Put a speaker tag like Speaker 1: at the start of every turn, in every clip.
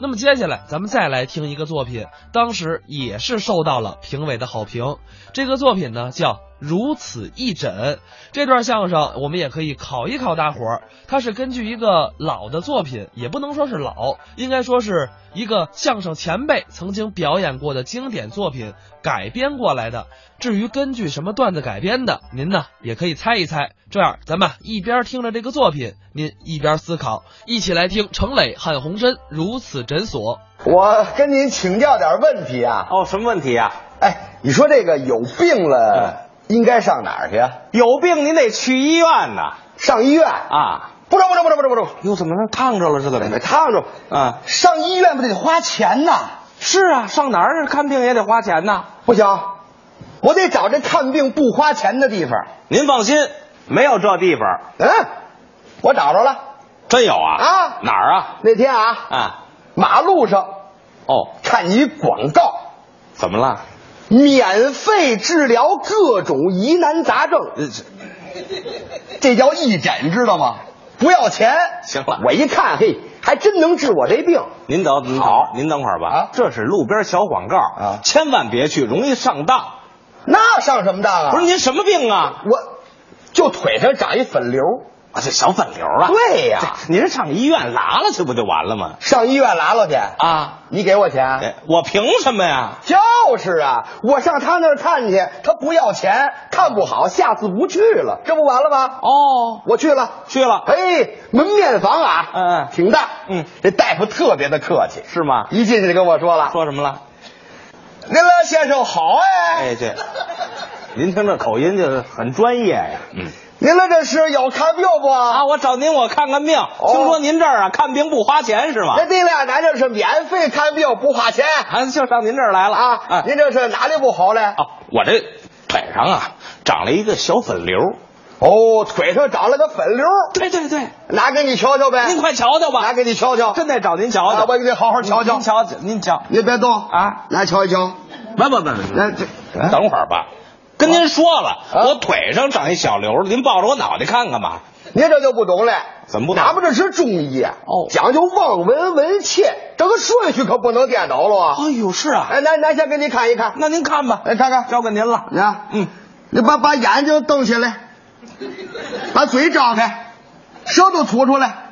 Speaker 1: 那么接下来咱们再来听一个作品，当时也是受到了评委的好评。这个作品呢叫《如此一枕》，这段相声我们也可以考一考大伙儿。它是根据一个老的作品，也不能说是老，应该说是一个相声前辈曾经表演过的经典作品改编过来的。至于根据什么段子改编的，您呢也可以猜一猜。这样，咱们一边听着这个作品，您一边思考，一起来听程磊、汉红琛《如此诊所》。
Speaker 2: 我跟您请教点问题啊。
Speaker 3: 哦，什么问题呀、
Speaker 2: 哎，你说这个有病
Speaker 3: 嗯
Speaker 2: 了，应该上哪儿去啊？
Speaker 3: 有病您得去医院呐！
Speaker 2: 上医院？
Speaker 3: 啊，
Speaker 2: 不中不中不中不中不中！
Speaker 3: 哟，怎么能烫着了是怎
Speaker 2: 给烫着
Speaker 3: 啊
Speaker 2: 上医院不得花钱呐？
Speaker 3: 是啊，上哪儿看病也得花钱呐。
Speaker 2: 不行，我得找这看病不花钱的地方。
Speaker 3: 您放心，没有这地方，
Speaker 2: 嗯，我找着了。
Speaker 3: 真有啊
Speaker 2: 啊
Speaker 3: 哪儿啊？
Speaker 2: 那天啊，
Speaker 3: 啊，
Speaker 2: 马路上
Speaker 3: 哦，
Speaker 2: 看一广告，
Speaker 3: 怎么了？
Speaker 2: 免费治疗各种疑难杂症，
Speaker 3: 呃这
Speaker 2: 这叫义诊，知道吗？不要钱。
Speaker 3: 行了
Speaker 2: 我一看，嘿，还真能治我这病。
Speaker 3: 您等您等
Speaker 2: 好
Speaker 3: 您等会儿吧。
Speaker 2: 啊
Speaker 3: 这是路边小广告
Speaker 2: 啊
Speaker 3: 千万别去，容易上当。
Speaker 2: 那上什么当啊？
Speaker 3: 不是您什么病啊？
Speaker 2: 我，就腿上长一粉瘤。
Speaker 3: 啊，这小粉瘤啊。
Speaker 2: 对呀
Speaker 3: 这您上医院拉了去不就完了吗？
Speaker 2: 上医院拉拉去。
Speaker 3: 啊，
Speaker 2: 你给我钱？
Speaker 3: 哎我凭什么呀？
Speaker 2: 就是啊，我上他那儿看去，他不要钱，看不好，下次不去了，这不完了吗？
Speaker 3: 哦，
Speaker 2: 我去了，
Speaker 3: 去了
Speaker 2: 哎，门面房啊，
Speaker 3: 嗯嗯
Speaker 2: 挺大，
Speaker 3: 嗯，
Speaker 2: 这大夫特别的客气，
Speaker 3: 是吗？
Speaker 2: 一进去就跟我说了，
Speaker 3: 说什么了？
Speaker 2: 那个先生好哎，
Speaker 3: 哎， 这，您听这口音就是很专业呀。嗯
Speaker 2: 您来这是有看病不？
Speaker 3: 啊，我找您我看看病，听说您这儿啊看病不花钱是吗
Speaker 2: 那？这俩咱这是免费看病不花钱
Speaker 3: 啊，就上您这儿来了
Speaker 2: 啊，您这是哪里不好嘞？
Speaker 3: 啊，我这腿上啊长了一个小粉瘤。
Speaker 2: 哦，腿上长了个粉瘤，
Speaker 3: 对对对，
Speaker 2: 拿给你瞧瞧呗，
Speaker 3: 您快瞧瞧
Speaker 2: 拿
Speaker 3: 吧，
Speaker 2: 给你瞧瞧，
Speaker 3: 真得找您瞧
Speaker 2: 啊
Speaker 3: 瞧。
Speaker 2: 我给你好好瞧瞧
Speaker 3: 您瞧瞧，您瞧。
Speaker 2: 您别动
Speaker 3: 啊，
Speaker 2: 来瞧一瞧，
Speaker 3: 不不不不
Speaker 2: 来这，
Speaker 3: 等会儿吧，哎跟您说了，
Speaker 2: 啊
Speaker 3: 我腿上长一小瘤，您抱着我脑袋看看吧。
Speaker 2: 您这就不懂嘞，
Speaker 3: 怎么不懂
Speaker 2: 咱们这是中医啊，
Speaker 3: 哦
Speaker 2: 讲究望闻问切，这个顺序可不能颠倒了啊。
Speaker 3: 哎呦，是啊，
Speaker 2: 哎，来来，先给你看一看，
Speaker 3: 那您看吧，
Speaker 2: 来看看，
Speaker 3: 交给您了。
Speaker 2: 啊，
Speaker 3: 嗯，
Speaker 2: 你把把眼睛瞪起来，把嘴张开，舌头吐出来，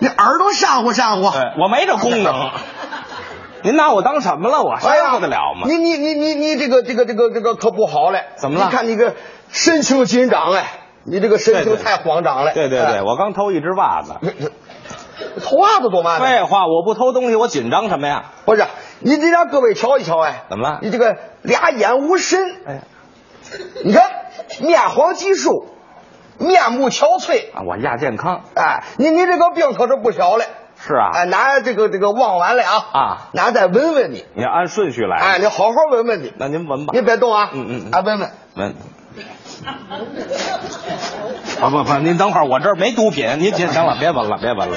Speaker 2: 你耳朵扇呼扇呼。
Speaker 3: 对，我没这功 能。您拿我当什么了？我
Speaker 2: 哎呀
Speaker 3: 还受得了吗？
Speaker 2: 你你你你你这个这个这个这个可不好嘞！
Speaker 3: 怎么了
Speaker 2: 你看你个神情紧张哎，你这个神情
Speaker 3: 对对
Speaker 2: 太慌张了。
Speaker 3: 对对对，
Speaker 2: 哎
Speaker 3: 我刚偷一只袜子。
Speaker 2: 头袜子多嘛呢？
Speaker 3: 废话，我不偷东西，我紧张什么呀？
Speaker 2: 不是，你你让各位瞧一瞧哎，
Speaker 3: 怎么了
Speaker 2: 你这个俩眼无神，
Speaker 3: 哎，
Speaker 2: 你看面黄肌瘦，面目憔悴，
Speaker 3: 啊我亚健康
Speaker 2: 哎，你你这个病可是不小嘞。
Speaker 3: 是啊。
Speaker 2: 哎，拿这个这个望完了啊
Speaker 3: 啊
Speaker 2: 拿再闻闻你，
Speaker 3: 你按顺序来。
Speaker 2: 哎，你好好闻闻你，
Speaker 3: 那您闻吧。
Speaker 2: 您别动啊，
Speaker 3: 嗯嗯嗯
Speaker 2: 啊，闻闻，
Speaker 3: 闻。啊不不，您等会儿，我这儿没毒品，您别行了，别闻了，别闻了。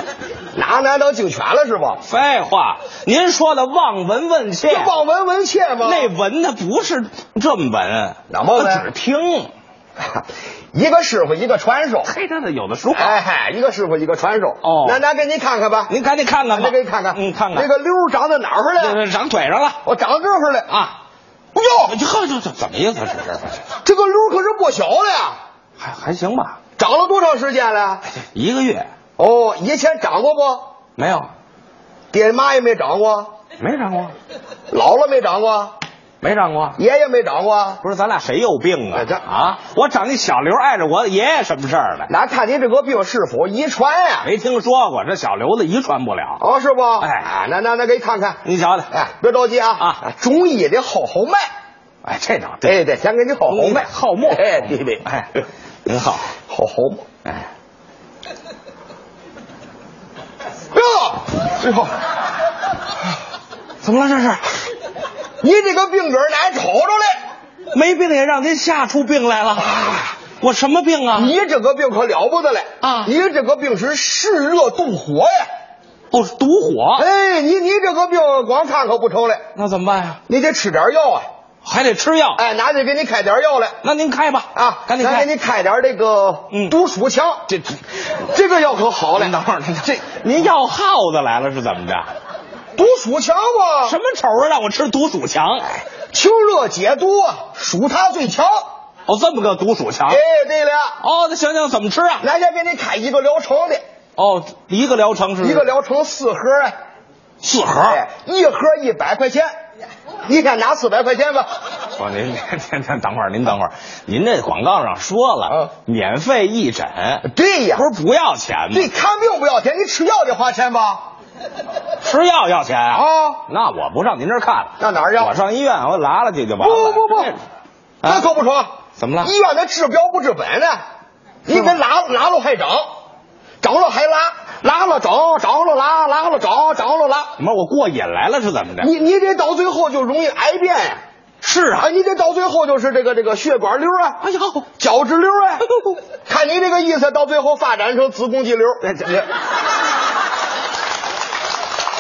Speaker 2: 拿拿当警犬了是不？
Speaker 3: 废话，您说的望闻问切，
Speaker 2: 这望闻问切吗？
Speaker 3: 那闻它不是这么闻，
Speaker 2: 怎么闻
Speaker 3: 它只听。
Speaker 2: 一个师傅一个传授，
Speaker 3: 嘿，这这有的说。
Speaker 2: 哎嗨，一个师傅一个传授。
Speaker 3: 哦
Speaker 2: 那那给您看看吧，
Speaker 3: 您赶紧看看吧，
Speaker 2: 那给你看看，
Speaker 3: 嗯，看看
Speaker 2: 这个瘤长在哪儿
Speaker 3: 这
Speaker 2: 了？
Speaker 3: 这长腿上了
Speaker 2: 我长这儿了。
Speaker 3: 啊！
Speaker 2: 哟，
Speaker 3: 这这这怎么意思？这是
Speaker 2: 这个瘤可是不小了呀，
Speaker 3: 还还行吧？
Speaker 2: 长了多长时间了？
Speaker 3: 一个月
Speaker 2: 哦，以前长过不？
Speaker 3: 没有，
Speaker 2: 爹妈也没长过，
Speaker 3: 没长过，
Speaker 2: 姥姥没长过，
Speaker 3: 没长过。
Speaker 2: 爷爷没长过。
Speaker 3: 不是，咱俩谁有病啊
Speaker 2: 哎？这
Speaker 3: 啊，我长那小瘤碍着我爷爷什么事儿了？
Speaker 2: 那看您这个病是否遗传呀、
Speaker 3: 没听说过，这小瘤子遗传不了。
Speaker 2: 哦，是不？
Speaker 3: 哎
Speaker 2: 啊那那那给你看看。
Speaker 3: 您瞧瞧，
Speaker 2: 哎，别着急啊
Speaker 3: 啊！
Speaker 2: 中医也得好好卖。
Speaker 3: 哎，这倒对，嗯
Speaker 2: 哎，对，先给你好好卖，
Speaker 3: 好墨，
Speaker 2: 哎，对对，
Speaker 3: 哎，您好，
Speaker 2: 好好卖。
Speaker 3: 哎，
Speaker 2: 哟，哎呦，
Speaker 3: 怎么了？这是
Speaker 2: 你这个病根儿哪瞅着嘞？
Speaker 3: 没病也让您吓出病来了？我什么病啊？
Speaker 2: 你这个病可了不得嘞！
Speaker 3: 啊
Speaker 2: 你这个病是湿热动火呀！
Speaker 3: 哦，是毒火，
Speaker 2: 哎，你你这个病光看可不成嘞，
Speaker 3: 那怎么办呀？
Speaker 2: 你得吃点药啊！
Speaker 3: 还得吃药。
Speaker 2: 哎，拿去给你开点药来
Speaker 3: 那您开吧，
Speaker 2: 啊！
Speaker 3: 赶紧
Speaker 2: 咱
Speaker 3: 开。
Speaker 2: 给你开点这个
Speaker 3: 嗯
Speaker 2: 毒鼠强，
Speaker 3: 这
Speaker 2: 这个药可好嘞啊
Speaker 3: 您！等会儿，您这您要耗子来了是怎么着？
Speaker 2: 毒鼠强吗？
Speaker 3: 什么仇啊？让我吃毒鼠强？
Speaker 2: 哎清热解毒啊，属它最强。
Speaker 3: 哦，这么个毒鼠强
Speaker 2: 哎？，对了，
Speaker 3: 哦，那行行，怎么吃啊？
Speaker 2: 来家给你开一个疗程的，
Speaker 3: 哦，一个疗程是
Speaker 2: 一个疗程四盒啊，
Speaker 3: 四盒。
Speaker 2: 哎，一盒一百块钱，你敢拿四百块钱吧？
Speaker 3: 我哦您您您等会儿，您等会儿，您这广告上说了，免费义诊，
Speaker 2: 对呀，
Speaker 3: 不是不要钱吗？
Speaker 2: 嗯对，看病不要钱，你吃药得花钱吧？
Speaker 3: 吃药要钱啊？
Speaker 2: 啊，
Speaker 3: 那我不上您这儿看了，
Speaker 2: 那哪儿要
Speaker 3: 我上医院，我拉拉去就完
Speaker 2: 不
Speaker 3: 了。啊
Speaker 2: 不不
Speaker 3: 这
Speaker 2: 那可不成。
Speaker 3: 怎么了
Speaker 2: 医院的治标不治本呢，啊你给拉拉了还长，长了还拉，拉了长，长了拉，拉了长，长了拉。
Speaker 3: 怎么我过瘾来了是怎么的？
Speaker 2: 你你得到最后就容易癌变呀、
Speaker 3: 是啊
Speaker 2: 啊，，你这到最后就是这个这个血管瘤啊，
Speaker 3: 哎呦，
Speaker 2: 角质瘤啊
Speaker 3: 哎呦，
Speaker 2: 看你这个意思，到最后发展成子宫肌瘤，
Speaker 3: 哎这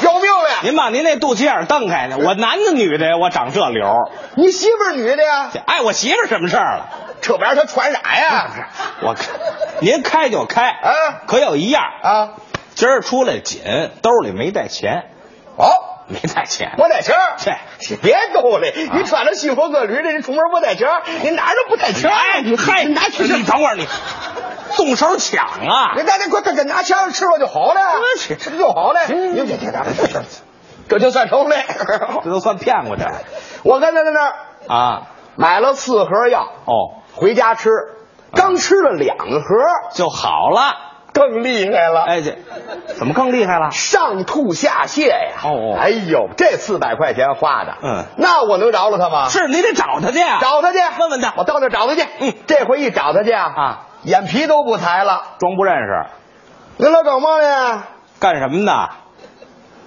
Speaker 2: 要命了呀！
Speaker 3: 您把您那肚脐眼儿瞪开呢，我男的女的呀，我长这瘤儿，
Speaker 2: 你媳妇儿女的呀，
Speaker 3: 碍我媳妇儿什么事儿了？
Speaker 2: 这玩意儿它传染呀？
Speaker 3: 我您开就开，
Speaker 2: 啊
Speaker 3: 可有一样，
Speaker 2: 啊，
Speaker 3: 今儿出来紧，兜里没带钱，
Speaker 2: 好，
Speaker 3: 没带钱，
Speaker 2: 我带钱儿。
Speaker 3: 这。
Speaker 2: 你 别兜里，
Speaker 3: 啊
Speaker 2: 你穿着西服革履的，你出门不带钱儿，你哪儿都不带钱儿。
Speaker 3: 哎，你嗨，
Speaker 2: 你拿去
Speaker 3: 你等会儿你动手抢啊！
Speaker 2: 你大家快快快拿钱吃了就好了，
Speaker 3: 是
Speaker 2: 吃了就好了。你别别别，这就算成了。
Speaker 3: 这都算骗过去了
Speaker 2: 我刚才在那儿
Speaker 3: 啊！
Speaker 2: 买了四盒药，
Speaker 3: 哦，
Speaker 2: 回家吃，刚吃了两盒，
Speaker 3: 就好了。
Speaker 2: 更厉害了。
Speaker 3: 哎，这怎么更厉害了？
Speaker 2: 上吐下泻呀！
Speaker 3: 哦哦
Speaker 2: 哎呦，这四百块钱花的，
Speaker 3: 嗯
Speaker 2: 那我能饶了他吗？
Speaker 3: 是你得找他去啊，
Speaker 2: 找他去，
Speaker 3: 问问他
Speaker 2: 我到那儿找他去。
Speaker 3: 嗯
Speaker 2: 这回一找他去啊，
Speaker 3: 啊，
Speaker 2: 眼皮都不抬了。
Speaker 3: 装不认识，
Speaker 2: 您老找嘛呢？
Speaker 3: 干什么呢？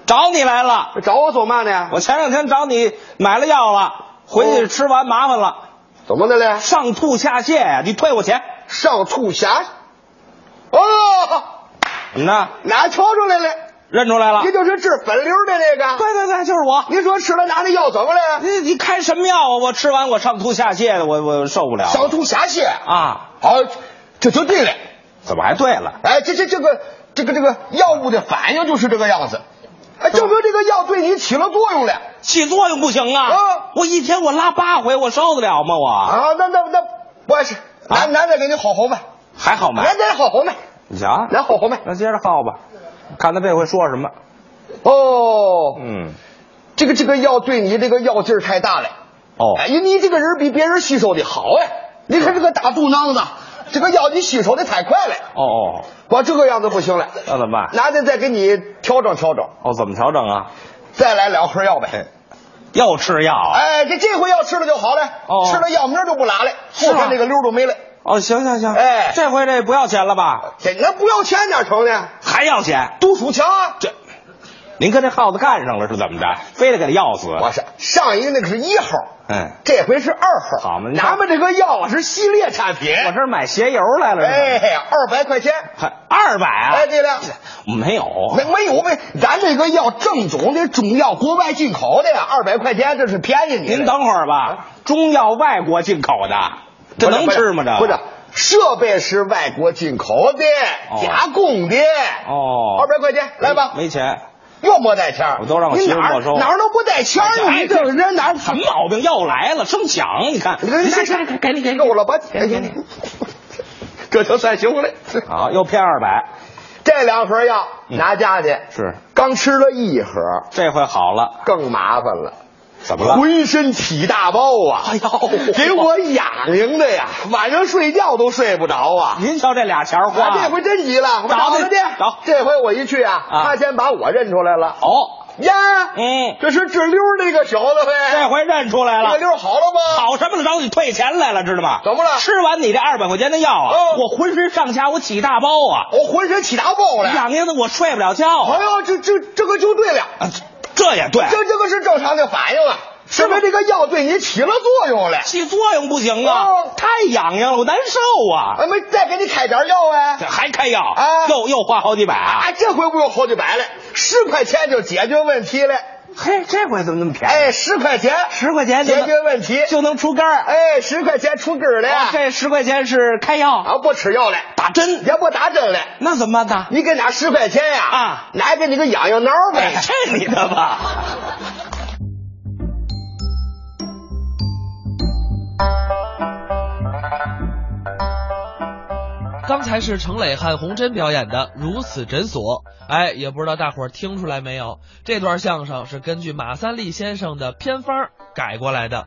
Speaker 3: 找你来了，
Speaker 2: 找我做嘛呢？
Speaker 3: 我前两天找你买了药了，回去
Speaker 2: 哦
Speaker 3: 吃完麻烦了，
Speaker 2: 怎么的嘞？
Speaker 3: 上吐下泻呀，你退我钱，
Speaker 2: 上吐下，哦，
Speaker 3: 怎么的？
Speaker 2: 哪瞧出来了？
Speaker 3: 认出来了？
Speaker 2: 这就是治粉瘤的那个。
Speaker 3: 对对对，就是我。
Speaker 2: 您说吃了拿那药怎么了？
Speaker 3: 你你开什么药啊？我吃完我上吐下泻的，我我受不了
Speaker 2: 上吐下泻。
Speaker 3: 啊！
Speaker 2: 好，这就对了。
Speaker 3: 怎么还对了？
Speaker 2: 哎，这这这个这个这个药物的反应就是这个样子，哎，证明这个药对你起了作用了
Speaker 3: 起作用不行啊！
Speaker 2: 啊
Speaker 3: 我一天我拉八回，我受得了吗？我、
Speaker 2: 啊。那那那不是，
Speaker 3: 啊
Speaker 2: 咱咱再给你好好卖，
Speaker 3: 还好买
Speaker 2: 咱。再好好卖，
Speaker 3: 你瞧，
Speaker 2: 咱好好卖。
Speaker 3: 那接着耗吧，看他这回说什么。
Speaker 2: 哦，
Speaker 3: 嗯，
Speaker 2: 这个这个药对你这个药劲儿太大了，
Speaker 3: 哦，
Speaker 2: 哎，你这个人比别人吸收的好哎。你看这个大肚 囊子，这个药你吸收的太快了，
Speaker 3: 哦哦，
Speaker 2: 光这个样子不行了，
Speaker 3: 那怎么办？
Speaker 2: 咱得再给你调整调整，
Speaker 3: 哦，怎么调整啊？
Speaker 2: 再来两盒药
Speaker 3: 嗯
Speaker 2: 呗。
Speaker 3: 又吃药啊？
Speaker 2: 哎，这这回药吃了就好了，
Speaker 3: 哦
Speaker 2: 吃了药名儿就不拉了，
Speaker 3: 是啊
Speaker 2: 后
Speaker 3: 吗
Speaker 2: 天这个溜儿都没了。
Speaker 3: 哦，行行行，
Speaker 2: 哎
Speaker 3: 这回这不要钱了吧？
Speaker 2: 这那不要钱哪成呢？
Speaker 3: 还要钱？
Speaker 2: 毒鼠强啊！
Speaker 3: 这，您跟这耗子干上了是怎么着？非得给他要死？
Speaker 2: 我是上一个那个是一号，
Speaker 3: 嗯，
Speaker 2: 这回是二号。
Speaker 3: 好嘛你看
Speaker 2: 咱们这个药啊是系列产品。
Speaker 3: 我这儿买鞋油来了是吧？
Speaker 2: 哎，二百块钱。
Speaker 3: 还二百啊？
Speaker 2: 哎，对了，
Speaker 3: 没有，
Speaker 2: 没没有没，咱这个药正宗的中药，国外进口的呀，二百块钱这是便宜你的。
Speaker 3: 您等会儿
Speaker 2: 啊
Speaker 3: 吧，中药外国进口的，这能
Speaker 2: 不是
Speaker 3: 吃吗？这
Speaker 2: 不是。设备是外国进口的，
Speaker 3: 哦
Speaker 2: 加工的。
Speaker 3: 哦
Speaker 2: 二百块钱，来吧。
Speaker 3: 没钱，
Speaker 2: 又没带钱儿，
Speaker 3: 我都让我
Speaker 2: 你
Speaker 3: 媳妇
Speaker 2: 哪儿
Speaker 3: 没收
Speaker 2: 哪儿都不带钱儿，
Speaker 3: 哎
Speaker 2: 你这个人哪儿
Speaker 3: 什么毛病？又来了，生抢！你看，
Speaker 2: 给给你给够了吧？给你，这就算行了。
Speaker 3: 好，又骗二百，
Speaker 2: 这两盒药拿家去，
Speaker 3: 是
Speaker 2: 刚吃了一盒，
Speaker 3: 这回好了，
Speaker 2: 更麻烦了，
Speaker 3: 怎么了？
Speaker 2: 浑身起大包啊！
Speaker 3: 哎呦
Speaker 2: 给我痒痒的呀，晚上睡觉都睡不着啊！
Speaker 3: 您瞧这俩钱儿
Speaker 2: 我
Speaker 3: 花，
Speaker 2: 哎这回真急了，我
Speaker 3: 找
Speaker 2: 找他
Speaker 3: 他
Speaker 2: 去
Speaker 3: 找
Speaker 2: 这回我一去啊，
Speaker 3: 啊
Speaker 2: 他先把我认出来了。
Speaker 3: 哦，
Speaker 2: 呀，
Speaker 3: 嗯，
Speaker 2: 这是治溜儿那个小子
Speaker 3: 这
Speaker 2: 呗？
Speaker 3: 回认出来
Speaker 2: 这个
Speaker 3: 了，
Speaker 2: 溜儿好了吗？
Speaker 3: 好什么了？找你退钱来了，知道吗？
Speaker 2: 啊怎么了
Speaker 3: 吃完你这二百块钱的药啊，
Speaker 2: 嗯
Speaker 3: 我浑身上下我起大包啊，
Speaker 2: 我浑身起大包来。
Speaker 3: 痒痒的我睡不了觉啊，
Speaker 2: 哎呦，这这这个就对了，
Speaker 3: 啊这这也对，
Speaker 2: 这这个是正常的反应啊，说明这个药对你起了作用了。
Speaker 3: 起作用不行啊
Speaker 2: 哦，
Speaker 3: 太痒痒了，我难受啊，
Speaker 2: 俺们哎再给你开点药啊
Speaker 3: 这，还开药
Speaker 2: 哎，
Speaker 3: 又又花好几百啊。
Speaker 2: 啊，这回不用好几百了，十块钱就解决问题了。
Speaker 3: 嘿，这回怎么那么便宜？
Speaker 2: 哎，十块钱，
Speaker 3: 十块钱就
Speaker 2: 解
Speaker 3: 能
Speaker 2: 决问题
Speaker 3: 就能除肝儿。
Speaker 2: 哎，十块钱出根儿
Speaker 3: 哇
Speaker 2: 来，
Speaker 3: 这十块钱是开药
Speaker 2: 哎啊，不吃药来，
Speaker 3: 打针，
Speaker 2: 也不打针来。
Speaker 3: 那怎么办呢？
Speaker 2: 你给拿十块钱呀？
Speaker 3: 啊
Speaker 2: 拿给你个痒痒挠呗
Speaker 3: 哎，。 这你的吧。
Speaker 1: 刚才是程磊和洪真表演的《如此诊所》，哎，也不知道大伙儿听出来没有，这段相声是根据马三立先生的偏方改过来的。